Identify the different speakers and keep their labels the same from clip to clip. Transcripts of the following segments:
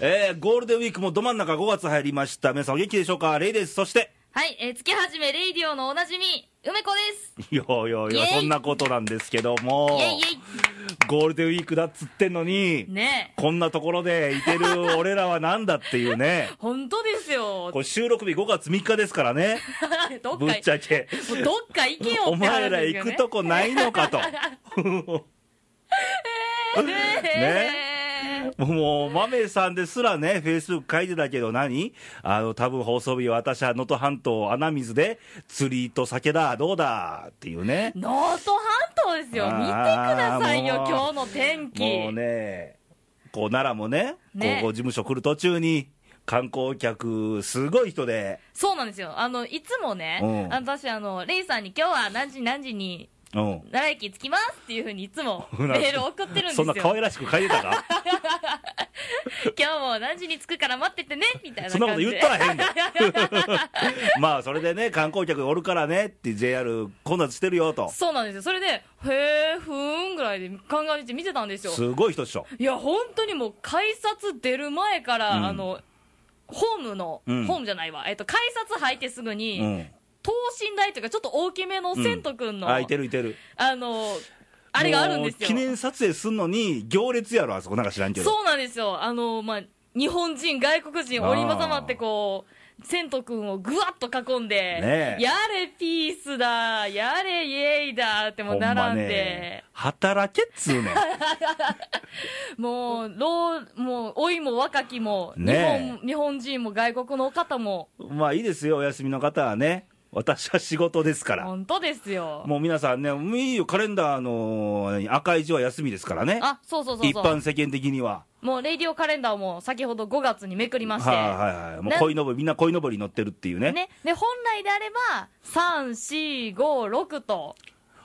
Speaker 1: えーゴールデンウィークもど真ん中5月入りました。皆さんお元気でしょうかレイです。そして、
Speaker 2: はい、えー月始めレイディオのおなじみ、梅子です。
Speaker 1: よいよいよ
Speaker 2: イェイ、
Speaker 1: そんなことなんですけども
Speaker 2: イ、ェイイ
Speaker 1: ゴールデンウィークだっつってんのに、
Speaker 2: ェイ。ねえ、
Speaker 1: こんなところでいて る俺らはなんだっていうね。
Speaker 2: 本当ですよ。
Speaker 1: これ収録日5月3日ですからね。
Speaker 2: どっ
Speaker 1: ぶ
Speaker 2: か
Speaker 1: っち
Speaker 2: い、
Speaker 1: ゃけ。
Speaker 2: もうどっか行けよ
Speaker 1: お
Speaker 2: って話
Speaker 1: 前ら
Speaker 2: です
Speaker 1: 行
Speaker 2: よ、ね。
Speaker 1: くとこないの かと。ね。
Speaker 2: えー。
Speaker 1: もう、マメさんですらね、フェイスブック書いてたけど何、あの、多分放送日、私は能登半島、穴水で、釣りと酒だ、どうだっていうね。
Speaker 2: ノート半島ですよ。見てくださいよ
Speaker 1: あ、ー
Speaker 2: 今日の天気。
Speaker 1: もうね、こう、奈良もね、
Speaker 2: ね
Speaker 1: こう、事務所来る途中に、観光客、すごい人で、
Speaker 2: そうなんですよ。あの、いつもね、
Speaker 1: うん
Speaker 2: あの私、あの、レイさんに今日は何時何時に
Speaker 1: うん。
Speaker 2: 奈良駅着きますっていうふうにいつも
Speaker 1: なんか
Speaker 2: メールを送ってるんです
Speaker 1: そ
Speaker 2: よ。
Speaker 1: んな可愛らしく書いてた か
Speaker 2: 今日も何時に着くから待っててね、みたいな
Speaker 1: そんなこ
Speaker 2: 感
Speaker 1: と
Speaker 2: じ
Speaker 1: 言
Speaker 2: で。
Speaker 1: ったらへんで。 まあ、それでね、観光客おるからねって、JR 混雑してるよと。
Speaker 2: そうなんですよ。それで、へえ、ふーんぐらいで考えて見てたんですよ。
Speaker 1: すごい人でしょ。
Speaker 2: いや、本当にもう、改札出る前から、
Speaker 1: うん
Speaker 2: あの、ホームの、
Speaker 1: うん
Speaker 2: ホームじゃないわ、えっと、改札入ってすぐに、
Speaker 1: うん。
Speaker 2: 等身大というか、ちょっと大きめのセント君の、
Speaker 1: 空いてるいてる。
Speaker 2: あの、あれがあるんですよ。
Speaker 1: もう記念撮影すんのに行列やろあそこなんか知らんけど
Speaker 2: そうなんですよ。あの、まあ、日本人、外国人、
Speaker 1: あー
Speaker 2: 折りまざまってこう、セント君をぐわっと囲んで、
Speaker 1: ねえ
Speaker 2: やれピースだ、やれイエイだっても
Speaker 1: ほ
Speaker 2: うん
Speaker 1: ま
Speaker 2: 並んで、
Speaker 1: ね働けっつうねん
Speaker 2: もう、老、もう、老いも若きも、
Speaker 1: ね
Speaker 2: 日本、日本人も外国の方も、
Speaker 1: まあいいですよお休みの方はね私は仕事ですから
Speaker 2: 本当ですよ。
Speaker 1: もう皆さんねいいよカレンダーの赤い字は休みですからね
Speaker 2: あ、そうそうそう
Speaker 1: 一
Speaker 2: そう。
Speaker 1: 般世間的には
Speaker 2: もう、レイディオカレンダーも先ほど5月にめくりまして、
Speaker 1: はいはいはいも
Speaker 2: な
Speaker 1: う鯉のぼりみんな鯉のぼり乗ってるっていうね
Speaker 2: ね。で、本来であれば、3、4、5、6と、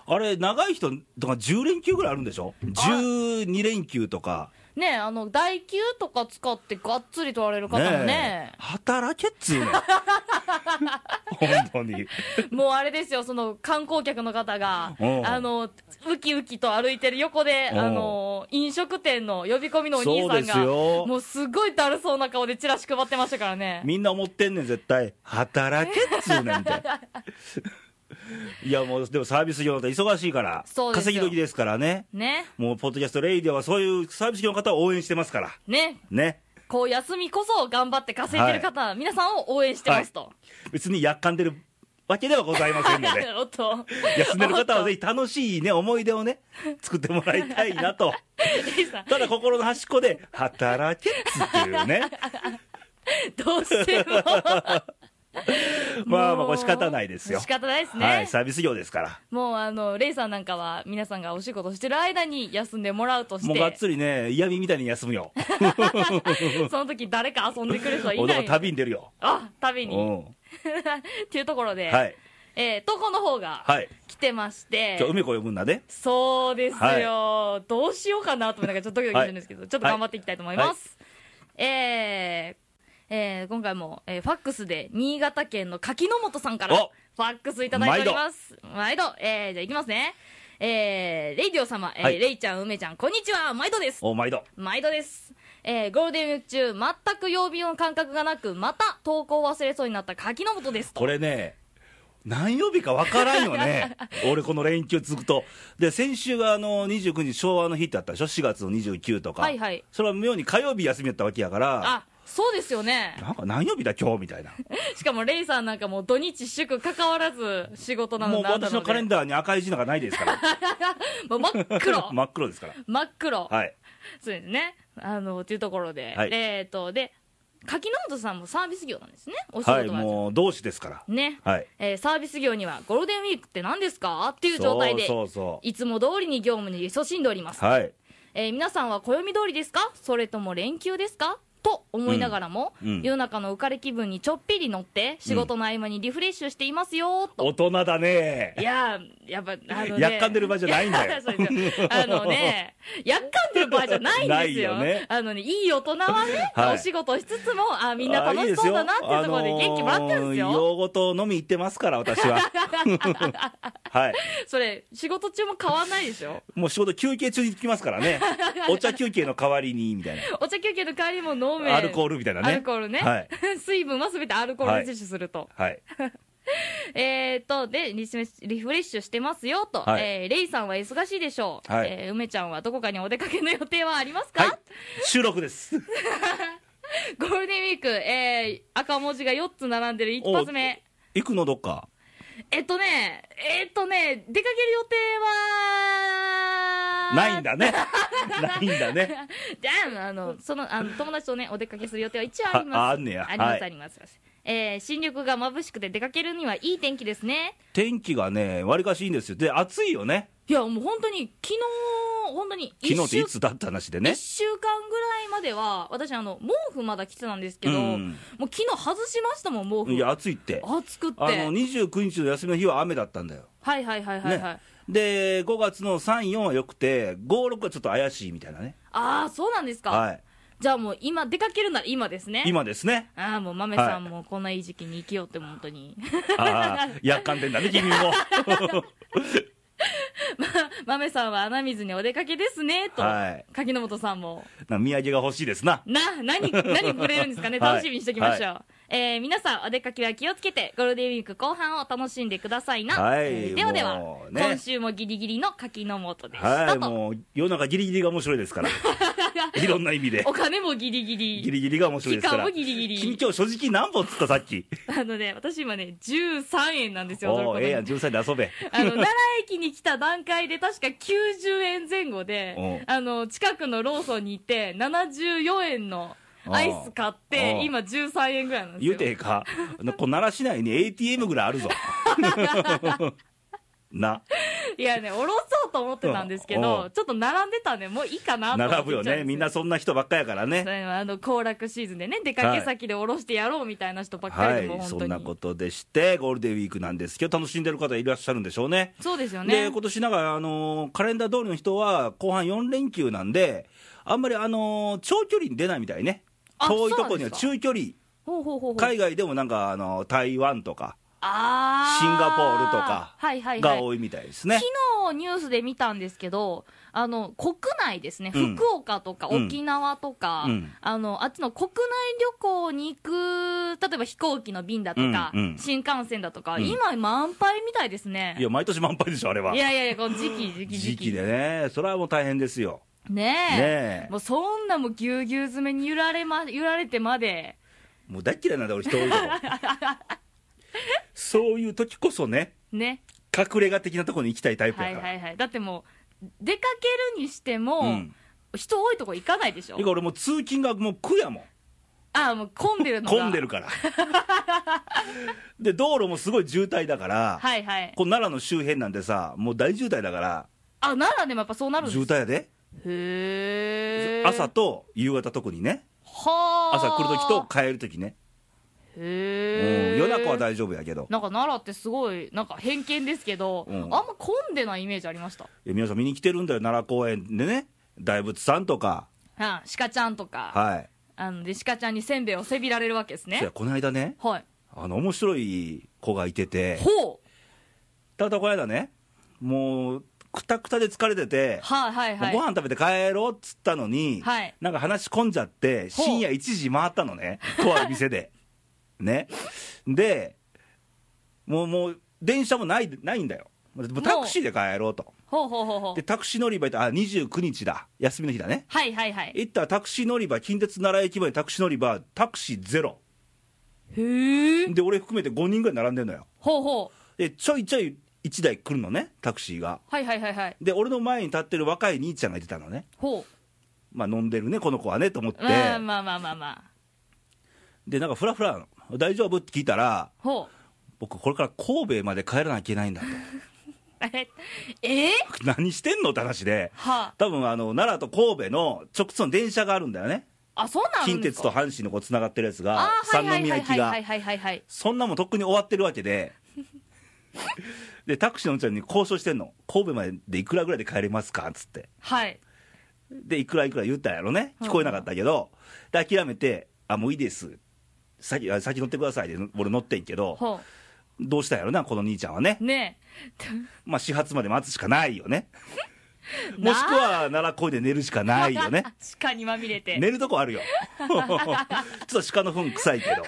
Speaker 1: あれ長い人とか10連休ぐらいあるんでしょ12連休とか
Speaker 2: ね、あの、代休とか使ってがっつり取られる方も
Speaker 1: ねえ
Speaker 2: ね、
Speaker 1: 働けっつうねん本当に
Speaker 2: もうあれですよ、その、観光客の方が、
Speaker 1: うん
Speaker 2: あの、ウキウキと歩いてる横で、
Speaker 1: うん
Speaker 2: あの、飲食店の呼び込みのお兄
Speaker 1: そうです
Speaker 2: さんが、
Speaker 1: よ
Speaker 2: もうすごいだるそうな顔でチラシ配ってましたからね。
Speaker 1: みんな思ってんねん、絶対。働けっつうねんて。いや、もう、でもサービス業の方忙しいから、
Speaker 2: そうですよ
Speaker 1: 稼ぎ時ですからね。
Speaker 2: ね。
Speaker 1: もう、ポッドキャスト、レイディオはそういうサービス業の方を応援してますから。
Speaker 2: ね。
Speaker 1: ね。
Speaker 2: こう、休みこそ頑張って稼いでる方、皆さんを応援してますと。
Speaker 1: 別にやっかんでるわけではございませんので、
Speaker 2: おっと。
Speaker 1: 休んでる方はぜひ楽しいね、思い出を ね、作ってもらいたいなと。
Speaker 2: レイさん、
Speaker 1: ただ、心の端っこで、働けっつっていう ね。
Speaker 2: どうしても。
Speaker 1: まあま
Speaker 2: も
Speaker 1: あ、
Speaker 2: う
Speaker 1: これ仕方ないですよ
Speaker 2: 仕。方ないですね。
Speaker 1: はい、サービス業ですから。
Speaker 2: もうあの、レイさんなんかは、皆さんがお仕事してる間に休んでもらうとして、
Speaker 1: もうがっつりね、嫌味みたいに休む よ。
Speaker 2: その時誰か遊んでくる人はい
Speaker 1: 俺
Speaker 2: な。
Speaker 1: はい旅に出るよ。
Speaker 2: あ、旅
Speaker 1: う
Speaker 2: に。
Speaker 1: ん。
Speaker 2: っていうところで、
Speaker 1: はい。
Speaker 2: えー、投稿の方が
Speaker 1: はい。
Speaker 2: 来てまして、
Speaker 1: じゃあ、梅子呼ぶんだね。
Speaker 2: そうですよ、どうしようかなと思いながら、ちょっとドキドキしてるんですけど、ちょっと頑張っていきたいと思います。えーえー今回も、えーファックスで新潟県の柿の本さんから
Speaker 1: お
Speaker 2: ファックスいただいております。毎度。えーじゃあいきますね。えーレイディオ様、えー
Speaker 1: はい
Speaker 2: レイちゃん、梅ちゃん、こんにちは。毎度です。
Speaker 1: お、毎度。
Speaker 2: 毎度です。えーゴールデンウィーク中、全く曜日の感覚がなく、また投稿を忘れそうになった柿の本ですと。
Speaker 1: これね、何曜日かわからんよ ね。俺、この連休続くと。で、先週があの、29日、昭和の日ってあったでしょ ?4 月の29とか。
Speaker 2: はいはい
Speaker 1: それは妙に火曜日休みだったわけやから、
Speaker 2: あ、そうですよね。
Speaker 1: なんか何曜日だ今日みたいな。
Speaker 2: しかもレイさんなんかもう土日祝関わらず仕事な
Speaker 1: も
Speaker 2: の
Speaker 1: う
Speaker 2: だった
Speaker 1: 私の
Speaker 2: ので
Speaker 1: カレンダーに赤い字なんかないですから。
Speaker 2: もう真っ 黒
Speaker 1: 真っ黒ですから。
Speaker 2: 真っ黒、
Speaker 1: はい。
Speaker 2: そうですねあのっていうところで、
Speaker 1: はい
Speaker 2: えっとで柿本さんもサービス業なんですねお仕事は、
Speaker 1: はい、もう同志ですから。
Speaker 2: ね、
Speaker 1: はい。
Speaker 2: えーサービス業にはゴールデンウィークって何ですかっていう状態で
Speaker 1: そうそうそ
Speaker 2: いつも通りに業務に勤しんでおります
Speaker 1: う。はい。
Speaker 2: えー皆さんは暦通りですかそれとも連休ですかと思いながらも、
Speaker 1: うんうん
Speaker 2: 世の中の浮かれ気分にちょっぴり乗って仕事の合間にリフレッシュしていますよと、
Speaker 1: 大人だね
Speaker 2: い。やーやっぱあのね
Speaker 1: やっかんでる場じゃないんだよ
Speaker 2: そうですよあのねやっかんてる場合じゃないんですよ。
Speaker 1: ないよね
Speaker 2: あのね、いい大人はね、
Speaker 1: はい
Speaker 2: お仕事をしつつも、あみ
Speaker 1: み
Speaker 2: んな楽しそうだなっていうところで元気もらってるんですよ。
Speaker 1: 用語と飲み行ってますから、私 は。はい。
Speaker 2: それ、仕事中も変わんないでしょ
Speaker 1: もう仕事休憩中に来ますから ね。お茶休憩の代わりに、みたいな。
Speaker 2: お茶休憩の帰りも飲め。
Speaker 1: アルコールみたいなね。
Speaker 2: アルコールね。
Speaker 1: はい。
Speaker 2: 水分はすべてアルコールで摂取すると。
Speaker 1: はい。
Speaker 2: えー、と、でリスメ、リフレッシュしてますよと、
Speaker 1: はい
Speaker 2: えーレイさんは忙しいでしょう、
Speaker 1: はい
Speaker 2: えー梅ちゃんはどこかにお出かけの予定はありますか、
Speaker 1: はい。収録です。
Speaker 2: ゴールデンウィーク、えー赤文字が4つ並んでる一発目。
Speaker 1: 行くのどっか。
Speaker 2: えっとね、えっとね、出かける予定は、
Speaker 1: ないん。だ ね。ないんだね。
Speaker 2: じゃあ、あの、その、あの、友達とね、お出かけする予定は一応あります。
Speaker 1: ああんねや
Speaker 2: あります、
Speaker 1: はい
Speaker 2: あります。えー新緑が眩しくて出かけるにはいい天気ですね。
Speaker 1: 天気がね、わりかしいいんですよ。で、暑いよね。
Speaker 2: いや、もう本当に、昨日、本当に、一
Speaker 1: 昨日って
Speaker 2: 週
Speaker 1: いつだった話で
Speaker 2: 1
Speaker 1: ね。
Speaker 2: 週間ぐらいまでは、私、あの毛布まだ着てたんですけど、
Speaker 1: うん
Speaker 2: もう昨日外しましたもん、毛布。
Speaker 1: いや、暑いって。
Speaker 2: 暑くって。
Speaker 1: あの、
Speaker 2: はい
Speaker 1: 29日の休みの日は雨だったんだよ。
Speaker 2: はいはいはいはい。
Speaker 1: ね。で、5月の3、4は良くて、5、6はちょっと怪しいみたいなね。
Speaker 2: ああ、そうなんですか。
Speaker 1: はい。
Speaker 2: じゃあもう今、出かけるなら今ですね。
Speaker 1: 今ですね。
Speaker 2: ああ、もう豆さんもこんないい時期に生きようって、本当に。
Speaker 1: ああ、やっかんでんだ ね、君も。
Speaker 2: 豆さんは穴水にお出かけですね、と。
Speaker 1: はい
Speaker 2: 柿本さんも。
Speaker 1: な土産が欲しいですな。
Speaker 2: な、 何、何くれるんですかね。
Speaker 1: はい
Speaker 2: 楽しみにしておきましょう。えー皆さん、お出かけは気をつけて、ゴールデンウィーク後半を楽しんでくださいな。
Speaker 1: はい
Speaker 2: えーではでは
Speaker 1: も、うね
Speaker 2: 今週もギリギリの柿の本でした
Speaker 1: はい、
Speaker 2: と。
Speaker 1: もう、世の中ギリギリが面白いです から。いろんな意味で
Speaker 2: お。金もギリギリ。
Speaker 1: ギリギリが面白いですか
Speaker 2: 時間
Speaker 1: ら。
Speaker 2: もギリギリ
Speaker 1: 君今日正直何本っつったさっき。
Speaker 2: あのね、私今ね、13円なんですよ、驚く
Speaker 1: お
Speaker 2: こ
Speaker 1: お、
Speaker 2: と
Speaker 1: ええ
Speaker 2: に
Speaker 1: やん、13で遊べ。
Speaker 2: あの、奈良駅に来た段階で確か90円前後で、
Speaker 1: う
Speaker 2: あの、近くのローソンに行って、74円のアイス買っ
Speaker 1: う
Speaker 2: て、
Speaker 1: ん
Speaker 2: 今13円ぐらいなんです
Speaker 1: 言
Speaker 2: よ。
Speaker 1: うてええか、あのこう奈良市内に ATM ぐらいある ぞ。な、
Speaker 2: いやね、おろそうと思ってたんですけ
Speaker 1: う
Speaker 2: ど
Speaker 1: ん、
Speaker 2: ちょっと並んでたんで、もういいかなと思って
Speaker 1: 並ぶよね。みんな
Speaker 2: そ
Speaker 1: そんな人ばっかやからね。
Speaker 2: あの、行楽シーズンでね、出かけ先でおろしてやろうみたいな人ばっか
Speaker 1: は
Speaker 2: りで
Speaker 1: い
Speaker 2: も、う、本
Speaker 1: そ
Speaker 2: 当
Speaker 1: ん
Speaker 2: に。
Speaker 1: なことでして、ゴールデンウィークなんですけど、楽しんでる方いらっしゃるんでしょうね。
Speaker 2: そうですよ
Speaker 1: で、
Speaker 2: ね。
Speaker 1: 今年なんか、あのーカレンダー通りの人は、後半4連休なんで、あんまり、あのー長距離に出ないみたいね。
Speaker 2: あ
Speaker 1: 遠いと
Speaker 2: そ
Speaker 1: こ
Speaker 2: う
Speaker 1: には
Speaker 2: なんですか
Speaker 1: 中距離。
Speaker 2: ほうほうほうほう。
Speaker 1: 海外でもなんか、あのー台湾とか、
Speaker 2: あー
Speaker 1: シンガポールとか
Speaker 2: はいはいは
Speaker 1: が
Speaker 2: い。
Speaker 1: 多いみたいですね。
Speaker 2: 昨日ニュースで見たんですけど、あの国内ですね、
Speaker 1: うん
Speaker 2: 福岡とか
Speaker 1: うん
Speaker 2: 沖縄とか、
Speaker 1: うん
Speaker 2: あの、あっちの国内旅行に行く、例えば飛行機の便だとか、
Speaker 1: うんうん
Speaker 2: 新幹線だとか、
Speaker 1: うん
Speaker 2: 今、満杯みたいですね。
Speaker 1: いや、毎年満杯でしょ、あれは。
Speaker 2: いやいやいや、この時期、時期、
Speaker 1: 時期でね、それはもう大変ですよ。
Speaker 2: ねえ。
Speaker 1: ねえ
Speaker 2: もうそんなもうぎゅうぎゅう詰めに揺られま、揺られてまで。
Speaker 1: もう大っ嫌いなんだ、俺、人多いとこそういう時こそね、
Speaker 2: ね。
Speaker 1: 隠れ家的なところに行きたいタイプ
Speaker 2: は
Speaker 1: や
Speaker 2: い
Speaker 1: から。
Speaker 2: はいはい。だってもう、出かけるにしても、
Speaker 1: うん
Speaker 2: 人多いとこ行かないでしょ
Speaker 1: てか。俺もう通勤がもう苦やもん。
Speaker 2: ああ、もう混んでるの が。
Speaker 1: 混んでる から。で、道路もすごい渋滞だから、
Speaker 2: はいはい。
Speaker 1: こう奈良の周辺なんてさ、もう大渋滞だから、
Speaker 2: あ、奈良でもやっぱそうなるんです
Speaker 1: 渋
Speaker 2: か
Speaker 1: 滞やで、
Speaker 2: へー
Speaker 1: 朝と夕方特にね、
Speaker 2: はー
Speaker 1: 朝来るときと帰るときね、うん
Speaker 2: へー
Speaker 1: 夜中は大丈夫やけど、
Speaker 2: なんか奈良ってすごいなんか偏見ですけど、
Speaker 1: うん
Speaker 2: あんま混んでないイメージありました、
Speaker 1: え皆さん見に来てるんだよ、奈良公園でね、大仏さんとか、
Speaker 2: うん、鹿ちゃんとか、
Speaker 1: はい、
Speaker 2: あので鹿ちゃんにせんべいをせびられるわけです
Speaker 1: そう
Speaker 2: ね
Speaker 1: やこの間ね、
Speaker 2: はい
Speaker 1: あの面白い子がいてて、
Speaker 2: ほう
Speaker 1: ただこの間ね、もうくたくたで疲れてて、
Speaker 2: はいはいはい
Speaker 1: ご飯食べて帰ろうっつったのに、
Speaker 2: はい
Speaker 1: なんか話し込んじゃって、
Speaker 2: ほう
Speaker 1: 深夜1時回ったのね、とある店で。ね、で、もうもう電車もないないんだよ、もうタクシーで帰ろうと、
Speaker 2: ほうほうほうほう
Speaker 1: でタクシー乗り場行って、あ29日だ、休みの日だね、
Speaker 2: はいはいはい
Speaker 1: 行ったらタクシー乗り場、近鉄奈良駅前タクシー乗り場、タクシーゼロ、
Speaker 2: へえ
Speaker 1: で俺含めて5人ぐらい並んでんのよ。
Speaker 2: ほうほう
Speaker 1: でちょいちょい1台来るのねタクシーが
Speaker 2: はいはいはいはい
Speaker 1: で俺の前に立ってる若い兄ちゃんがいてたのね
Speaker 2: ほ
Speaker 1: まあ飲んでるねこの子はねと思って
Speaker 2: うまあまあまあまあまあ
Speaker 1: でなんかフラフラ「大丈夫?」って聞いたら
Speaker 2: ほう
Speaker 1: 「僕これから神戸まで帰らなきゃいけないんだ」
Speaker 2: ええ
Speaker 1: と 何してんのって話で
Speaker 2: は
Speaker 1: 多分あの奈良と神戸の直通の電車があるんだよね
Speaker 2: ああそうなんですか
Speaker 1: 近鉄と阪神のこうつながってるやつが
Speaker 2: あー
Speaker 1: 三
Speaker 2: はい
Speaker 1: 宮
Speaker 2: はい
Speaker 1: 行き
Speaker 2: はい
Speaker 1: が
Speaker 2: はいはいはいはい
Speaker 1: そんなもんとっくに終わってるわけ ででタクシーの運転手に交渉してんの神戸までいくらぐらいで帰れますかっつって
Speaker 2: はい
Speaker 1: で、いくらいくら言ったんやろね、
Speaker 2: うん
Speaker 1: 聞こえなかったけど、で諦めて、あもういいです、先あ先乗ってくださいで、俺乗ってんけど、
Speaker 2: ほ
Speaker 1: どうしたんやろな、この兄ちゃんはね
Speaker 2: う、ね
Speaker 1: まあ、始発まで待つしかないよね、もしくは奈良公園で寝るしかないよ ね。
Speaker 2: 鹿にまみれて、
Speaker 1: 寝るとこある よちょっと鹿の糞臭いけど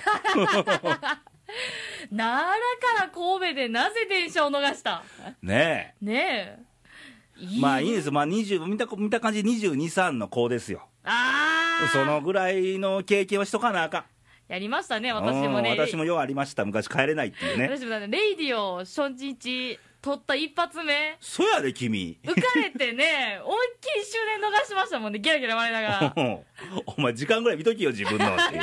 Speaker 2: 奈良から神戸でなぜ電車を逃した
Speaker 1: ね
Speaker 2: ねえ
Speaker 1: えまあいいんですよまあ20見た見た感じ223の子ですよ
Speaker 2: ああ
Speaker 1: そのぐらいの経験はしとかなあかん
Speaker 2: やりましたね私もね
Speaker 1: うん私もようありました昔帰れないっていうね
Speaker 2: 私もだねレイディオ初日撮った一発目
Speaker 1: そやで 君
Speaker 2: 浮かれ てね思いっきり終電逃しましたもんねギャラギャラ笑いながら
Speaker 1: お前時間ぐらい見ときよ自分のっていう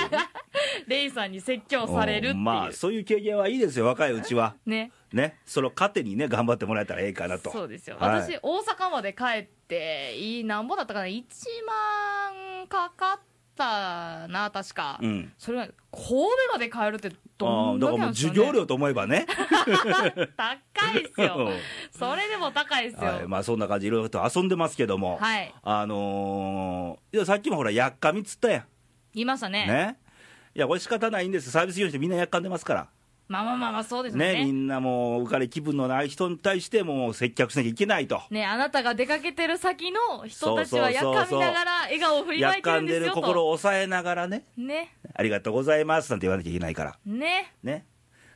Speaker 2: レイさんに説教されるって
Speaker 1: う
Speaker 2: い
Speaker 1: ん
Speaker 2: う、
Speaker 1: まあそういう経験はいいですよ若いうちは
Speaker 2: ね
Speaker 1: ねそれを糧にね頑張ってもらえたらええかなと
Speaker 2: そうですよ、
Speaker 1: はい
Speaker 2: 私大阪まで帰っていいなんぼだったかな1万かかったな確か、
Speaker 1: うん
Speaker 2: それが神戸まで帰るって
Speaker 1: あ
Speaker 2: ど
Speaker 1: あ
Speaker 2: ん
Speaker 1: だ
Speaker 2: だ
Speaker 1: か
Speaker 2: け
Speaker 1: らも
Speaker 2: なん
Speaker 1: う
Speaker 2: です
Speaker 1: 授
Speaker 2: かね
Speaker 1: 業料と思えばね、
Speaker 2: 高いっ すよ それでも高いっすよ、
Speaker 1: はい、まあそんな感じいろいろと遊んでますけども、
Speaker 2: はい
Speaker 1: あのーいやさっきもほらやっかみっつったやん
Speaker 2: 言いましたね
Speaker 1: ねいやこれ仕方ないんですサービス業してみんなやっかんでますから
Speaker 2: まあまあまあまあそうですよ
Speaker 1: ねみ
Speaker 2: ね
Speaker 1: んなもう浮かれ気分のない人に対してもう接客しなきゃいけないと
Speaker 2: ねあなたが出かけてる先の人たちはやっ
Speaker 1: そうそう
Speaker 2: か
Speaker 1: そう
Speaker 2: みながら笑顔を振り
Speaker 1: やっ
Speaker 2: まいて
Speaker 1: か
Speaker 2: る
Speaker 1: ん
Speaker 2: ん
Speaker 1: で
Speaker 2: です
Speaker 1: る
Speaker 2: よと
Speaker 1: 心を抑えながらね
Speaker 2: ね
Speaker 1: ありがとうございますなんて言わなきゃいけないから
Speaker 2: ね
Speaker 1: ね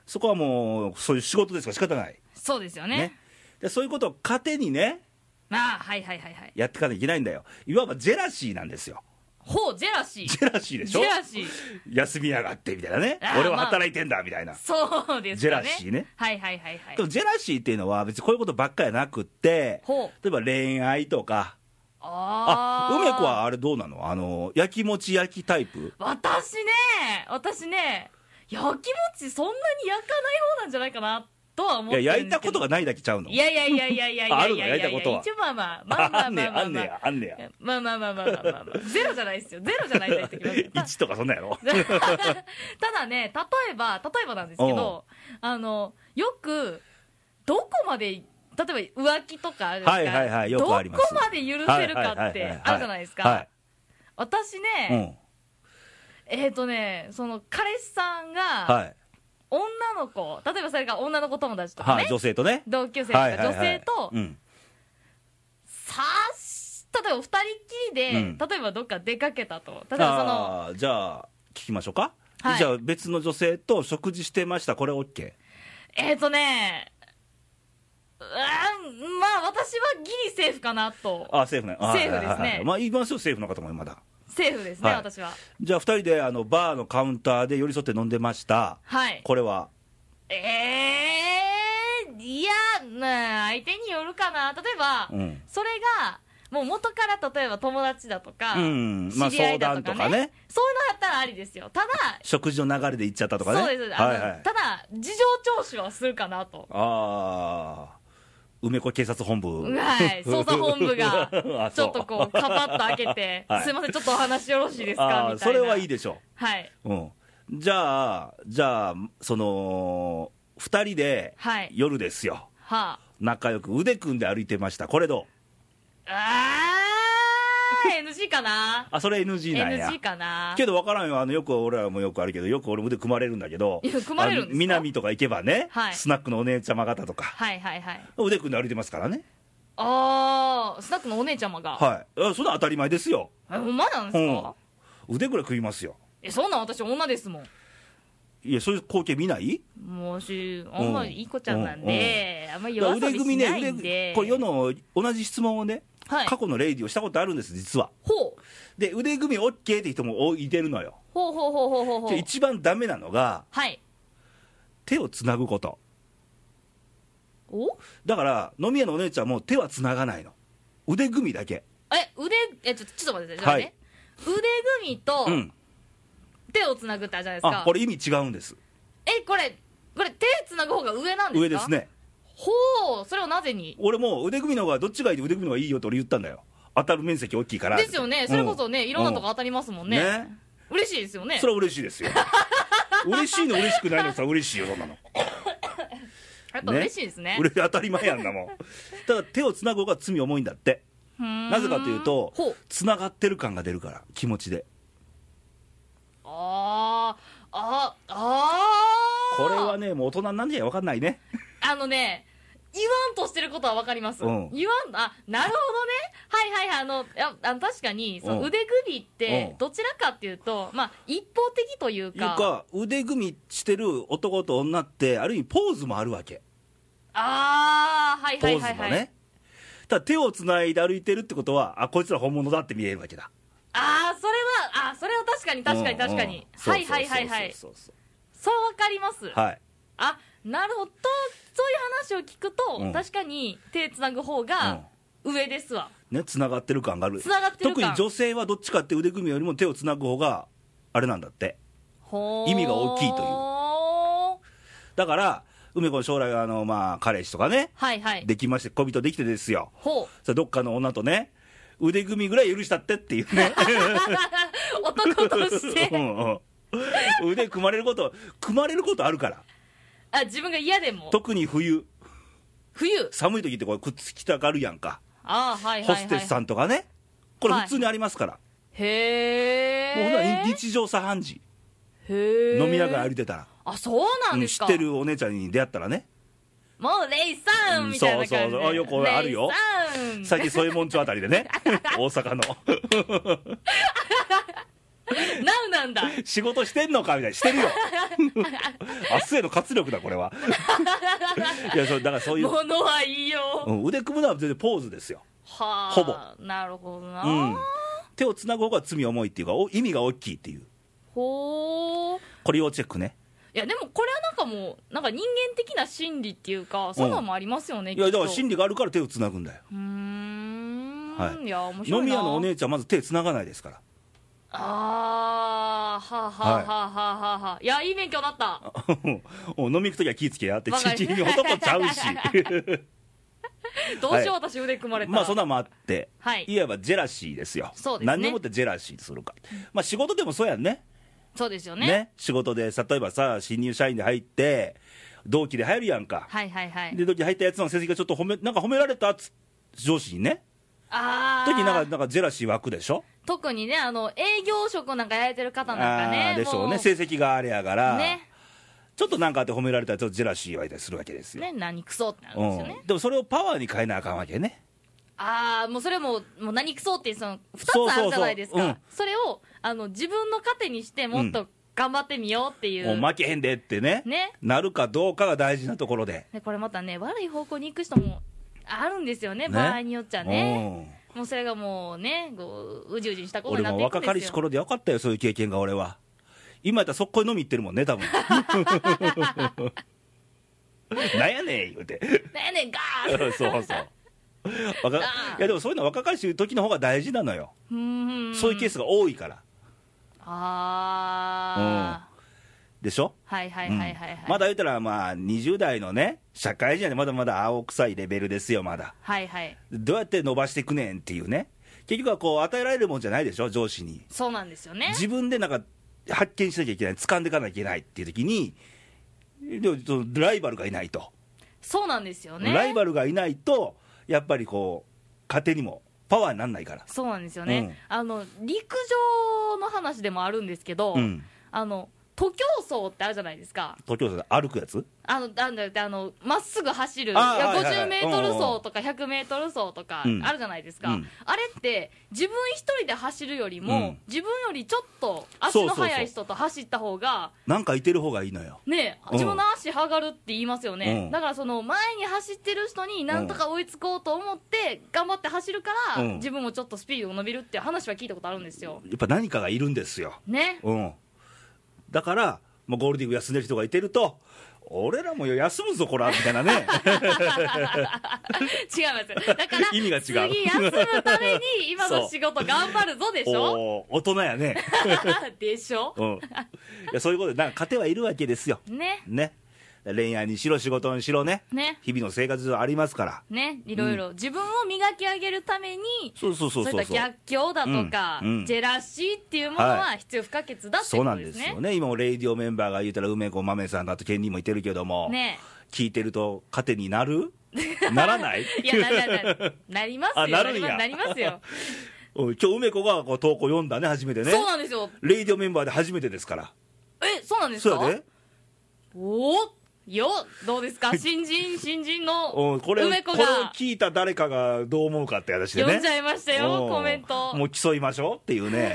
Speaker 1: そこはもうそういう仕事ですから仕方ない
Speaker 2: そうですよね
Speaker 1: ねでそういうことを糧にね
Speaker 2: まあはいはいはいはい
Speaker 1: やっていかなきゃいけないんだよいわばジェラシーなんですよ
Speaker 2: ほうジェラシー
Speaker 1: ジェラシーでし
Speaker 2: ジ
Speaker 1: ょ
Speaker 2: ェラシー
Speaker 1: 休みやがってみたいなね
Speaker 2: あー
Speaker 1: 俺は
Speaker 2: まあ
Speaker 1: 働いてんだみたいな、
Speaker 2: そうですかね
Speaker 1: ジェラシーね
Speaker 2: はいはいはいはい
Speaker 1: でもジェラシーっていうのは別にこういうことばっかりじゃなくって
Speaker 2: ほう
Speaker 1: 例えば恋愛とか
Speaker 2: あ
Speaker 1: あ
Speaker 2: ー
Speaker 1: 梅子はあれどうなのあの焼きもち焼きタイプ
Speaker 2: 私ね私ね焼きもちそんなに焼かない方なんじゃないかなとは思っ
Speaker 1: いや
Speaker 2: てるんです
Speaker 1: 焼いたこ
Speaker 2: けど
Speaker 1: とがないだけちゃうの
Speaker 2: いやいやいやいやいやい
Speaker 1: ああ
Speaker 2: や
Speaker 1: る
Speaker 2: い
Speaker 1: の
Speaker 2: や
Speaker 1: 焼いたことは
Speaker 2: 一応まあまあまあま
Speaker 1: あ
Speaker 2: あ
Speaker 1: んね
Speaker 2: ま
Speaker 1: やあ
Speaker 2: あ
Speaker 1: んね
Speaker 2: まあ
Speaker 1: やあんねや
Speaker 2: まあまあまあまあまあまあまあゼロじゃないですよゼロじゃないと言ってきます
Speaker 1: 1
Speaker 2: けどた
Speaker 1: とかそんなんやろ
Speaker 2: ただね例えば例えばなんですけどあのよくどこまで例えば浮気とかあるじゃな
Speaker 1: はいはいはいよくあります
Speaker 2: どこまで許せるかってあるじゃないですか、
Speaker 1: は
Speaker 2: 私
Speaker 1: い、
Speaker 2: ね、えっ、とねその彼氏さん
Speaker 1: うん
Speaker 2: が
Speaker 1: はい
Speaker 2: 女の子例えばそれが女の子友達とか
Speaker 1: は
Speaker 2: ね、
Speaker 1: い、女性とね
Speaker 2: 同級生とか
Speaker 1: はいはいはい
Speaker 2: 女性と
Speaker 1: うん
Speaker 2: さし例えば二人っきりで、
Speaker 1: うん
Speaker 2: 例えばどっか出かけたと例えばその
Speaker 1: あーじゃあ聞きましょうか、
Speaker 2: はい
Speaker 1: じゃあ別の女性と食事してましたこれ OK
Speaker 2: えっ、とねうーんまあ私はギリセーフかなと
Speaker 1: あセーフねあ
Speaker 2: セーフですね
Speaker 1: はいはいはいまあ言いますよセーフの方もまだ
Speaker 2: セーフですね、
Speaker 1: はい
Speaker 2: 私は
Speaker 1: じゃあ2人であのバーのカウンターで寄り添って飲んでました、
Speaker 2: はい
Speaker 1: これは、
Speaker 2: えー、いやまあ相手によるかな例えば、
Speaker 1: うん
Speaker 2: それがもう元から例えば友達だとか、
Speaker 1: うんまあ、
Speaker 2: 知り合
Speaker 1: 相
Speaker 2: いだと
Speaker 1: 談
Speaker 2: か
Speaker 1: とか
Speaker 2: ね
Speaker 1: ね、
Speaker 2: そういうのだったらありですよただ
Speaker 1: 食事の流れで行っちゃったとかね、
Speaker 2: そうです、あの
Speaker 1: はいはい、
Speaker 2: ただ事情聴取はするかなと
Speaker 1: あー、梅子警察本部、
Speaker 2: はい、捜査本部
Speaker 1: あ
Speaker 2: が、ち
Speaker 1: そう、
Speaker 2: ょっとこう、カパッと開けて
Speaker 1: はい
Speaker 2: すいません、ちょっとお話よろしいですかみたい
Speaker 1: あー
Speaker 2: な。
Speaker 1: それはいい
Speaker 2: で
Speaker 1: でしょ
Speaker 2: はい。
Speaker 1: う、うん、じゃあ、じゃあ、その2人で
Speaker 2: はい
Speaker 1: 夜ですよ、
Speaker 2: はあ。
Speaker 1: 仲良く腕組んで歩いてました、これどう
Speaker 2: あー、NG かな
Speaker 1: あそれ NG なんや。
Speaker 2: ?NG かな
Speaker 1: けど分からんよあのよく俺らもよくあるけどよく俺も腕組まれるんだけど
Speaker 2: いや組まれるんですか
Speaker 1: あの南とか行けばね、
Speaker 2: はい
Speaker 1: スナックのお姉ちゃま方とか
Speaker 2: はいはいはい。
Speaker 1: 腕組んで歩いてますからね
Speaker 2: あー、スナックのお姉ちゃまが。
Speaker 1: はいあそんな当たり前ですよ、
Speaker 2: えほんまなんですか
Speaker 1: うん、腕ぐらい組みますよ
Speaker 2: え、そんなん私女ですもん。
Speaker 1: いやそういう光景見ない
Speaker 2: もうし、あんまりいい子ちゃんなんで、あんまり
Speaker 1: だから
Speaker 2: 夜遊
Speaker 1: 腕
Speaker 2: び
Speaker 1: 組み
Speaker 2: し
Speaker 1: ね
Speaker 2: な
Speaker 1: 腕
Speaker 2: いん
Speaker 1: 組
Speaker 2: で
Speaker 1: み。これ世の同じ質問をね、
Speaker 2: はい
Speaker 1: 過去のレイディをしたことあるんです実は
Speaker 2: ほう。
Speaker 1: で腕組み OK って人も多いてるのよ
Speaker 2: ほうほうほうほうほうほ
Speaker 1: で
Speaker 2: う。
Speaker 1: 一番ダメなのが
Speaker 2: はい。
Speaker 1: 手をつなぐこと
Speaker 2: お
Speaker 1: だから飲み屋のお姉ちゃんも手はつながないの腕組みだけ
Speaker 2: え、腕、え、ちょ、ちょっと待ってください。じゃあね腕組みと、
Speaker 1: うん
Speaker 2: 手をつなぐってあるじゃないです
Speaker 1: あ
Speaker 2: か
Speaker 1: これ意味違うんです
Speaker 2: えこれこれ手つなぐ方が上なんですか
Speaker 1: 上ですね
Speaker 2: ほうそれをなぜに
Speaker 1: 俺も腕組みの方がどっちがいいで腕組みの方がいいよって俺言ったんだよ当たる面積大きいから
Speaker 2: ですよねそれこそね、
Speaker 1: うん
Speaker 2: いろんなとこ当たりますもんね
Speaker 1: ね
Speaker 2: 嬉しいですよね
Speaker 1: それは嬉しい ですよ嬉しいの嬉しくないのさ嬉しいよそんなの
Speaker 2: やっぱ嬉しいですね
Speaker 1: 俺当たり前やんなもんただ手をつなぐ方が罪重いんだって
Speaker 2: ふーん
Speaker 1: なぜかというと
Speaker 2: ほう
Speaker 1: つながってる感が出るから気持ちで
Speaker 2: あーあーあー
Speaker 1: これはねもう大人なんじゃ分かんないね
Speaker 2: あのね言わんとしてることはわかります、
Speaker 1: うん
Speaker 2: 言わんあなるほどねはいはいはいあのいやあの確かにその
Speaker 1: うん
Speaker 2: 腕組みって
Speaker 1: うん
Speaker 2: どちらかっていうと、まあ一方的という
Speaker 1: いう
Speaker 2: か
Speaker 1: か腕組みしてる男と女ってある意味ポーズもあるわけ
Speaker 2: ああはい
Speaker 1: ポ
Speaker 2: は
Speaker 1: ー
Speaker 2: い
Speaker 1: ズも
Speaker 2: は
Speaker 1: ね、
Speaker 2: いはい、
Speaker 1: ただ手をつないで歩いてるってことはあこいつら本物だって見えるわけだ
Speaker 2: ああそれはあーそれは確かに確かに確かに、
Speaker 1: うんうん
Speaker 2: はいはいはいはい
Speaker 1: そうそうそう
Speaker 2: そうわかります、
Speaker 1: そうはい
Speaker 2: あなるほどとそういう話を聞くと、
Speaker 1: うん
Speaker 2: 確かに手つなぐ方が上ですわ、
Speaker 1: ねつながってる感がある
Speaker 2: 繋がってる感
Speaker 1: 特に女性はどっちかって腕組みよりも手をつなぐ方があれなんだって
Speaker 2: ほー
Speaker 1: 意味が大きいというだから梅子の将来あの、まあ、彼氏とかね
Speaker 2: はいはい
Speaker 1: できまして恋人できてですよ
Speaker 2: ほう
Speaker 1: それどっかの女とね腕組みぐらい許したってっていうね
Speaker 2: 男とし
Speaker 1: う
Speaker 2: て
Speaker 1: んうん腕組まれること組まれることあるから
Speaker 2: あ自分が嫌でも
Speaker 1: 特に冬
Speaker 2: 冬
Speaker 1: 寒い時ってこれくっつきたがるやんか、
Speaker 2: あーはいはいはい
Speaker 1: ホステスさんとかねこれ普通にありますから、
Speaker 2: へ
Speaker 1: もうほんなら
Speaker 2: え
Speaker 1: 日常茶飯事
Speaker 2: へえ
Speaker 1: 飲みながら歩いてたら、
Speaker 2: あそうなん
Speaker 1: う
Speaker 2: で
Speaker 1: ん
Speaker 2: す
Speaker 1: 知
Speaker 2: か、
Speaker 1: ってるお姉ちゃんに出会ったらね
Speaker 2: もうレイさ
Speaker 1: うん
Speaker 2: んみたいな感じで、
Speaker 1: そうそうそうあよくあるよ
Speaker 2: レイさ
Speaker 1: 最近そういうもんちょあたりで ね大阪の
Speaker 2: んナウなんだ
Speaker 1: 仕事してんのかみたいな してるよ明日への活力だこれはいやそうだからそういう、
Speaker 2: ものはいいよ、
Speaker 1: うん腕組むのは全然ポーズですよ、
Speaker 2: はあ
Speaker 1: ほぼ
Speaker 2: なるほどな、
Speaker 1: うん、手をつなぐ方が罪重いっていうかお意味が大きいっていう
Speaker 2: ほう
Speaker 1: これ要チェックね
Speaker 2: いやでもこれはなんかもうなんか人間的な心理っていうかそんなのもありますよね、
Speaker 1: いやだから
Speaker 2: 理
Speaker 1: 心理があるから手をつなぐんだよ
Speaker 2: うーん、
Speaker 1: はい
Speaker 2: い、や面白
Speaker 1: 飲
Speaker 2: いな
Speaker 1: み屋のお姉ちゃんまず手つながないですから
Speaker 2: ああはあ、はあ
Speaker 1: はい
Speaker 2: はあはあはあはあいやいい勉強になった
Speaker 1: お飲み行くときは気ぃつけやって
Speaker 2: わか
Speaker 1: ちち
Speaker 2: る
Speaker 1: に男ちゃうし
Speaker 2: どうしよう私腕組まれたら、
Speaker 1: まあそんなんもあって、
Speaker 2: はい
Speaker 1: いわばジェラシーですよ
Speaker 2: そうですね
Speaker 1: 何をもってジェラシーするかまあ仕事でもそうやんね
Speaker 2: そうですよ
Speaker 1: ね
Speaker 2: ね
Speaker 1: 仕事で例えばさ新入社員で入って同期で入るやんか、
Speaker 2: はいはいはい
Speaker 1: で同期入ったやつの成績がちょっと褒めなんか褒められたっつ上司にね
Speaker 2: ああ
Speaker 1: 時になんかなんかジェラシー湧くでしょ
Speaker 2: 特にねあの営業職なんかやれてる方なんかね
Speaker 1: あーでしょう
Speaker 2: も
Speaker 1: ね成績があれやから、
Speaker 2: ね
Speaker 1: ちょっとなんかあって褒められたらちょっとジェラシー湧いたりするわけですよ、
Speaker 2: ね何クソってなる
Speaker 1: うん
Speaker 2: ですよね、
Speaker 1: ん、でもそれをパワーに変えなあかんわけね
Speaker 2: ああもうそれももう何くそってその2つ
Speaker 1: そうそうそう
Speaker 2: あるじゃないですかそ
Speaker 1: うん
Speaker 2: れをあの自分の糧にしてもっ
Speaker 1: う
Speaker 2: と頑張ってみようっていう、
Speaker 1: もう負けへんでってね
Speaker 2: ね
Speaker 1: なるかどうかが大事なところで、
Speaker 2: でこれまたね悪い方向に行く人もあるんですよね場合によっちゃね
Speaker 1: うん
Speaker 2: もうそれがもうねこううじうじしたこと
Speaker 1: 俺
Speaker 2: になっ
Speaker 1: も
Speaker 2: ていく
Speaker 1: 若
Speaker 2: ん
Speaker 1: かり
Speaker 2: で
Speaker 1: し
Speaker 2: すよ
Speaker 1: 頃でよかったよそういう経験が俺は今やったら速攻に飲み行ってるもんね多 分なんやねん言うて
Speaker 2: ねえねえガーッ
Speaker 1: そうそう若いやでもそういうのは若かりしい時の方が大事なのよ、
Speaker 2: うーん
Speaker 1: そういうケースが多いから
Speaker 2: ああ、
Speaker 1: でしょ
Speaker 2: はいはいはいはいはい、
Speaker 1: うんまだ言うたらまあ20代のね社会人なんでまだまだ青臭いレベルですよまだ
Speaker 2: はいはい
Speaker 1: どうやって伸ばしていくねんっていうね結局はこう与えられるもんじゃないでしょ上司に
Speaker 2: そうなんですよね
Speaker 1: 自分でなんか発見しなきゃいけない掴んでいかなきゃいけないっていう時にでもそのライバルがいないと、
Speaker 2: そうなんですよね
Speaker 1: ライバルがいないとやっぱりこう糧にもパワーになんないから
Speaker 2: そうなんですよね、あの陸上の話でもあるんですけど、
Speaker 1: うん
Speaker 2: あの徒競走ってあるじゃないですか
Speaker 1: 徒競走で歩くやつ
Speaker 2: あのなんだってあのまっすぐ走るい
Speaker 1: あー
Speaker 2: や
Speaker 1: はいはいはい
Speaker 2: 50メートル走とか100メートル走とか
Speaker 1: うん
Speaker 2: あるじゃないですか、
Speaker 1: うん
Speaker 2: あれって自分一人で走るよりも、
Speaker 1: うん
Speaker 2: 自分よりちょっと足の速い人と走った方が
Speaker 1: なんかいてる方がいいのよ
Speaker 2: ね
Speaker 1: うん
Speaker 2: 自分の足はがるって言いますよね、
Speaker 1: うん
Speaker 2: だからその前に走ってる人になんとか追いつこうと思って頑張って走るから、
Speaker 1: うん
Speaker 2: 自分もちょっとスピードが伸びるっていう話は聞いたことあるんですよ
Speaker 1: やっぱ何かがいるんですよ、
Speaker 2: ね
Speaker 1: うん、だからもうゴールディング休んでる人がいてると俺らもよ休むぞこらみたいなね
Speaker 2: 違いますだから
Speaker 1: 意味が違う
Speaker 2: 次休むために今の仕事頑張るぞ でしょ
Speaker 1: おー大人やね、
Speaker 2: でしょ
Speaker 1: うん、いやそういうことでなんか糧はいるわけですよ
Speaker 2: ね
Speaker 1: ね恋愛にしろ仕事にしろね
Speaker 2: ね
Speaker 1: 日々の生活上ありますから
Speaker 2: ねいろいろ、自分を磨き上げるために
Speaker 1: そうそうそ
Speaker 2: そう
Speaker 1: そ
Speaker 2: ういうっ
Speaker 1: そう
Speaker 2: た逆境だとか、
Speaker 1: うんうん
Speaker 2: ジェラシーっていうものは
Speaker 1: は
Speaker 2: 必要不可欠だって
Speaker 1: そ
Speaker 2: いううこ
Speaker 1: な
Speaker 2: と
Speaker 1: んで
Speaker 2: ですすね、
Speaker 1: よね今もレイディオメンバーが言うたら梅子まめさんだとケンリーもいてるけども、
Speaker 2: ね
Speaker 1: 聞いてると糧になるならない
Speaker 2: いや、な、な、な、なりますよ。
Speaker 1: あなるんや
Speaker 2: なりますよ。
Speaker 1: うん今日梅子がこう投稿読んだね初め てね
Speaker 2: そうなんですよ。
Speaker 1: レイディオメンバーで初めてですから
Speaker 2: え、そうなんです
Speaker 1: そう
Speaker 2: か
Speaker 1: やで
Speaker 2: おおよどうで すか新人、新人
Speaker 1: う
Speaker 2: の
Speaker 1: んこれ
Speaker 2: 梅子
Speaker 1: こ
Speaker 2: が
Speaker 1: れを聞いた誰かがどう思うかって話でね
Speaker 2: 読んじゃいましたよ、
Speaker 1: うん
Speaker 2: コメント。
Speaker 1: もう競いましょうっていう ね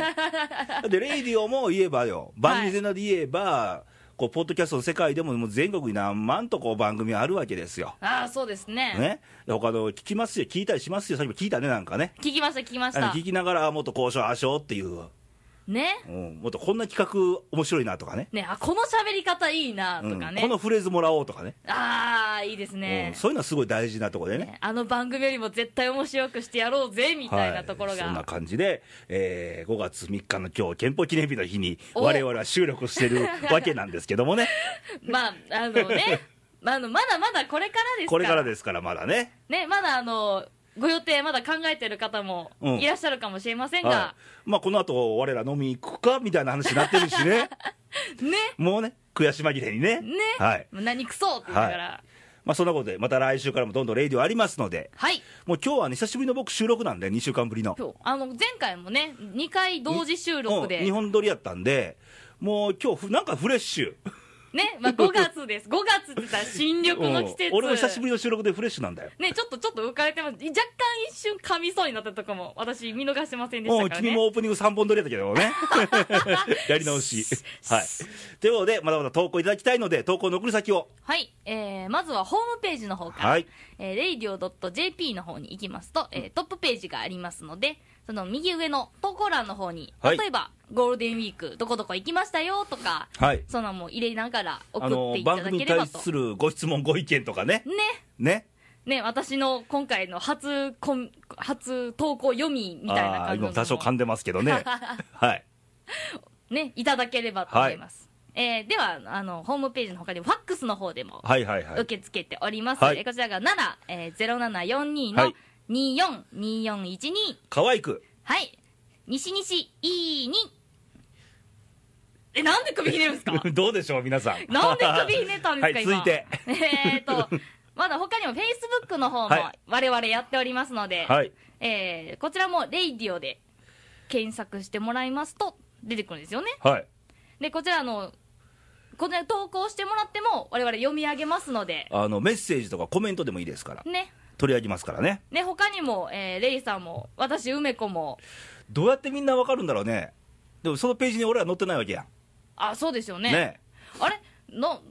Speaker 1: でレイディオも言えばよ番組全体で言えば、こうポッドキャストの世界でももう全国に何万とこう番組あるわけですよ、
Speaker 2: ああ、そうですね
Speaker 1: ね、で他の聞きますよ聞いたりしますよさっきも聞いたねなんかね
Speaker 2: 聞きました、聞きまし
Speaker 1: あの
Speaker 2: た
Speaker 1: 聞。きながらもっと交渉ああしようっていう、
Speaker 2: ね。
Speaker 1: うん、もっとこんな企画面白いなとかね
Speaker 2: ね、あ、この喋り方いいな、とか
Speaker 1: うん
Speaker 2: ね。
Speaker 1: このフレーズもらおうとかね
Speaker 2: ああ、いいです
Speaker 1: う
Speaker 2: ね
Speaker 1: ん。そういうのはすごい大事なところでね
Speaker 2: あの番組よりも絶対面白くしてやろうぜ、みたいなところ
Speaker 1: はい、そんな
Speaker 2: が。
Speaker 1: 感じで、えー5月3日の今日憲法記念日の日に
Speaker 2: お
Speaker 1: 我々は収録して るわけなんですけどもね
Speaker 2: まあ、あのね。 まああの、まだまだこれからですから。
Speaker 1: これからですからまだね、
Speaker 2: ね、まだあの、ご予定まだ考えてる方も
Speaker 1: うん
Speaker 2: いらっしゃるかもしれません
Speaker 1: は
Speaker 2: が、
Speaker 1: いまあ、この後我ら飲み行くかみたいな話になってるし ね
Speaker 2: ね、
Speaker 1: もうね悔し紛れにね
Speaker 2: ね、
Speaker 1: はい
Speaker 2: 何くそって言ったから、
Speaker 1: まあ、そんなことでまた来週からもどんどんレイディオありますので
Speaker 2: はい、
Speaker 1: もう今日はね久しぶりの僕収録なんで2週間ぶりの
Speaker 2: 今日あの前回もね、2回同時収録
Speaker 1: うん
Speaker 2: で
Speaker 1: 日、本撮りやったんでもう今日ふなんかフレッ シュ
Speaker 2: ね、まあ、5月です、5月って言ったら新緑の季
Speaker 1: う
Speaker 2: 節
Speaker 1: ん、俺の久しぶりの収録でフレッシュなんだよ
Speaker 2: ね、ちょっとちょっと浮かれてます、若干一瞬噛みそうになったとこも、私、見逃してませんでし
Speaker 1: も
Speaker 2: た
Speaker 1: う
Speaker 2: から
Speaker 1: 君
Speaker 2: ね。
Speaker 1: もオープニング3本撮りやったけど ね。やり直し。はい。ということで、まだまだ投稿いただきたいので、投稿の送り先を。
Speaker 2: はい、えー、まずはホームページの方から、
Speaker 1: はい。
Speaker 2: えー、radio.jp の方に行きますと、えートップページがありますので、その右上の投稿欄の方に、
Speaker 1: はい
Speaker 2: 例えば、ゴールデンウィーク、どこどこ行きましたよとか、
Speaker 1: はい。
Speaker 2: そんなのも入れながら送
Speaker 1: あ
Speaker 2: って
Speaker 1: の
Speaker 2: い、た
Speaker 1: 番
Speaker 2: だ
Speaker 1: 組
Speaker 2: け
Speaker 1: に
Speaker 2: れば
Speaker 1: 対
Speaker 2: と。
Speaker 1: するご質問、ご意見とかね。
Speaker 2: ね、
Speaker 1: ね。
Speaker 2: ね、私の今回の初コン、初投稿読みみたいな
Speaker 1: ああー、
Speaker 2: 感じの
Speaker 1: 今多少噛んでますけど ね。はい。
Speaker 2: ね、いただければと思います。えーでは、あの、ホームページの他にファックスの方でも
Speaker 1: はいはい はい。
Speaker 2: 受け付けております。
Speaker 1: はい
Speaker 2: えーこちらが7、えー、0742
Speaker 1: は
Speaker 2: の
Speaker 1: い
Speaker 2: 242412、
Speaker 1: 可愛く。
Speaker 2: はい。西西 E2。え、なんで首ひねるん ですか
Speaker 1: どうでしょう、皆さん。
Speaker 2: なんで首ひねったんです
Speaker 1: は
Speaker 2: か、
Speaker 1: い、
Speaker 2: 今。
Speaker 1: 続いて。。
Speaker 2: えーと、まだ他にも Facebook の方も
Speaker 1: はい
Speaker 2: 我々やっておりますので、
Speaker 1: はい。
Speaker 2: えーこちらもレイディオで検索してもらいますと出てくるんですよね。
Speaker 1: はい。
Speaker 2: で、こちらあの、こちら投稿してもらっても我々読み上げますので、
Speaker 1: あの、メッセージとかコメントでもいいですから。
Speaker 2: ね。
Speaker 1: 取り上げますからね。
Speaker 2: ね、他にも、えーレイさんも、私、梅子も、
Speaker 1: どうやってみんなわかるんだろうね。でも、そのページに俺ら載ってないわけやん。
Speaker 2: あ、そうですよ
Speaker 1: ね
Speaker 2: あれな、ど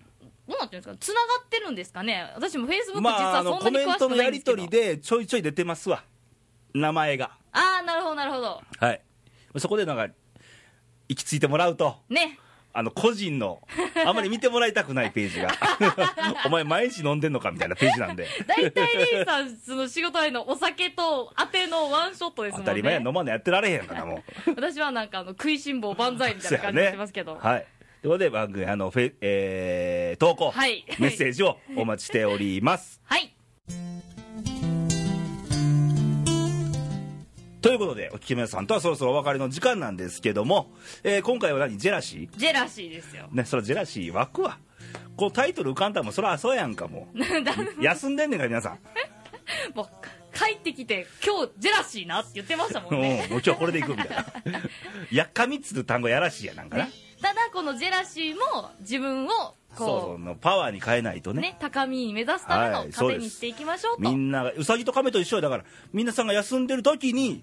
Speaker 2: うなってるんですか繋がってるんですかね私もフェイスブック
Speaker 1: ま
Speaker 2: 実
Speaker 1: あ、あ
Speaker 2: は
Speaker 1: の
Speaker 2: そ
Speaker 1: コ
Speaker 2: んな
Speaker 1: メ
Speaker 2: に
Speaker 1: ン
Speaker 2: 詳し
Speaker 1: ト
Speaker 2: く
Speaker 1: の
Speaker 2: な
Speaker 1: や
Speaker 2: いん
Speaker 1: り
Speaker 2: ですけ
Speaker 1: と
Speaker 2: ど。
Speaker 1: りでちょいちょい出てますわ名前が
Speaker 2: あー、なるほど、なるほど。
Speaker 1: はいそこでなんか行き着いてもらうと
Speaker 2: ね。
Speaker 1: あの個人 のあまり見てもらいたくないページがお前毎日飲んでんのかみたいなページなんで
Speaker 2: 大体レイさん、その仕事へのお酒と当てのワンショットですも
Speaker 1: 当
Speaker 2: んね。
Speaker 1: たり前や飲まんのやってられへんからもう
Speaker 2: 私はなんかあの、食いしん坊万 歳みたい
Speaker 1: そ
Speaker 2: な
Speaker 1: うや
Speaker 2: 感じしてますけど。
Speaker 1: はいということで番組あのフェイ、えー投稿、
Speaker 2: はい
Speaker 1: メッセージ をお待ちしております
Speaker 2: はい。
Speaker 1: ということでお聞きの皆さんとはそろそろお別れの時間なんですけども、えー今回は何ジェラシー
Speaker 2: ジェラシーですよ。
Speaker 1: ね、それジェラシー湧くわこうタイトル浮かんだらもうそれはそうやんかも う休んでんねんから皆さん、
Speaker 2: もう、帰ってきて、今日、ジェラシーなって言ってましたも
Speaker 1: うんん、
Speaker 2: ね。
Speaker 1: もう今日これでいくみたい なやっかみっつう単語やらしいやなんかな、
Speaker 2: ねただ、このジェラシーも、自分を、
Speaker 1: そうそ
Speaker 2: こ
Speaker 1: のパワーに変えないと
Speaker 2: う、
Speaker 1: ね
Speaker 2: ね、高みに目指すため
Speaker 1: は
Speaker 2: の
Speaker 1: いそうで
Speaker 2: 糧
Speaker 1: す
Speaker 2: にしていきましょうと。
Speaker 1: みんながうさぎと亀と一緒やだから皆さんが休んでる時に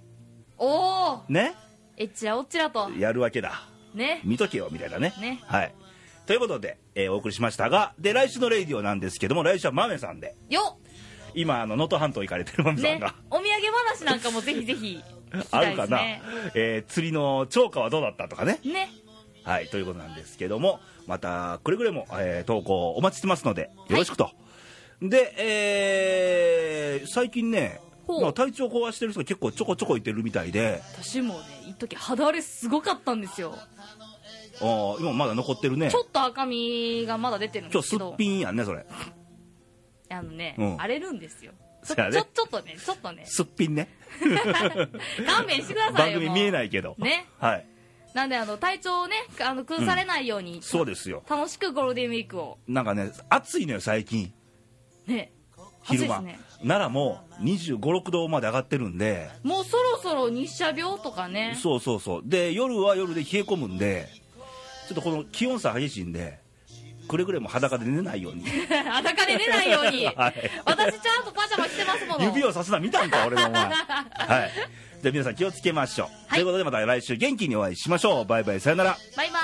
Speaker 2: おー、
Speaker 1: ね
Speaker 2: えっちらおっちらと。
Speaker 1: やるわけだ
Speaker 2: ね。
Speaker 1: 見とけよみたいなね
Speaker 2: ね
Speaker 1: はいということで、えーお送りしましたがで来週の「レイディオ」なんですけども来週はマメさんで
Speaker 2: よ
Speaker 1: 今あの能登半島行かれてるマメさん
Speaker 2: ね
Speaker 1: が、。
Speaker 2: お土産話なんかもぜひぜひ聞き
Speaker 1: あ
Speaker 2: た
Speaker 1: る
Speaker 2: いで
Speaker 1: か
Speaker 2: す
Speaker 1: な、
Speaker 2: ね。
Speaker 1: えー釣りの釣果はどうだったとかね
Speaker 2: ね。
Speaker 1: はい、ということなんですけども、またくれぐれも、えー投稿お待ちしてますので、よろしくと。で、えー最近ね、
Speaker 2: ほう
Speaker 1: まあ体調壊してる人が結構ちょこちょこいてるみたいで、
Speaker 2: 私もね、一時肌荒れすごかったんですよ。
Speaker 1: あー今まだ残ってるね
Speaker 2: ち。ょっと赤みがまだ出てるんで
Speaker 1: 今日す
Speaker 2: すけ
Speaker 1: っ
Speaker 2: ど
Speaker 1: ぴ、んやんね、それ。
Speaker 2: あのね、
Speaker 1: うん
Speaker 2: 荒れるんですよ。ち
Speaker 1: そ
Speaker 2: ょ
Speaker 1: や
Speaker 2: ち
Speaker 1: ね
Speaker 2: ょちょっとね、ちょっとね、
Speaker 1: すっぴんね。
Speaker 2: 勘弁してくださ
Speaker 1: 番
Speaker 2: いよ。
Speaker 1: 組見え
Speaker 2: い。
Speaker 1: ないけど。
Speaker 2: ね
Speaker 1: はい。
Speaker 2: なんで、あの、体調をね、あの、崩されないように、
Speaker 1: そうですよ。
Speaker 2: 楽しくゴールデンウィークを、
Speaker 1: なんかね、暑いのよ、最近。
Speaker 2: ね、
Speaker 1: 昼間、
Speaker 2: 暑いですね
Speaker 1: 奈良も25、6度まで上がってるんで、
Speaker 2: もうそろそろ日射病とかね
Speaker 1: そうそうそう、で夜は夜で冷え込むんで、ちょっとこの気温差激しいんで、くれぐれも裸で寝ないように、
Speaker 2: 裸で出ないように、
Speaker 1: はい
Speaker 2: 私ちゃんとパジャマ着てますもの
Speaker 1: 指をさすな、見たんか、俺のお 前。はいじゃあ皆さん気をつけましょう、
Speaker 2: はい
Speaker 1: ということでまた来週元気にお会いしましょうバイバイさよなら
Speaker 2: バイバ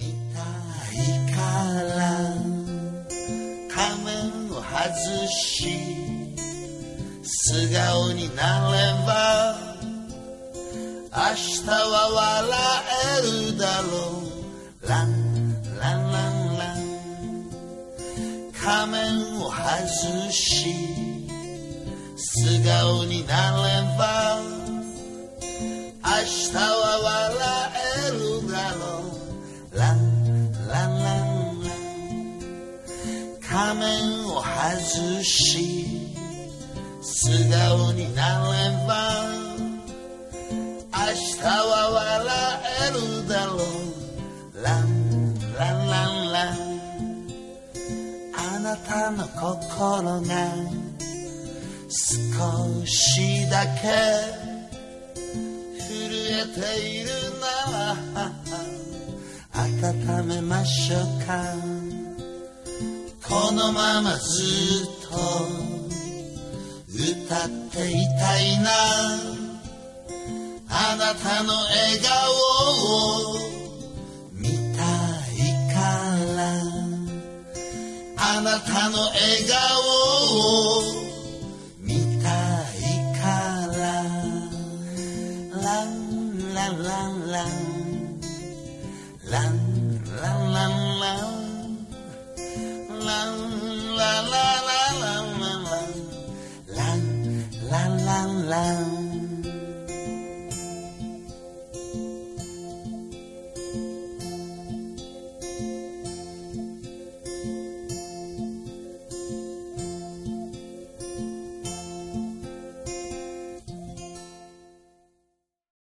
Speaker 2: イ
Speaker 3: 見たいから仮面を外し素顔になれば明日は笑えるだろうランランランラン仮面を外し素顔になれば明日は笑えるだろうランランランラン仮面を外し素顔になれば明日は笑えるだろうランランランランあなたの心が少しだけ震えているなら温めましょうかこのままずっと歌っていたいなあなたの笑顔を見たいからあなたの笑顔を見たいからランランランランランランランランランララララランランランランランランランランラン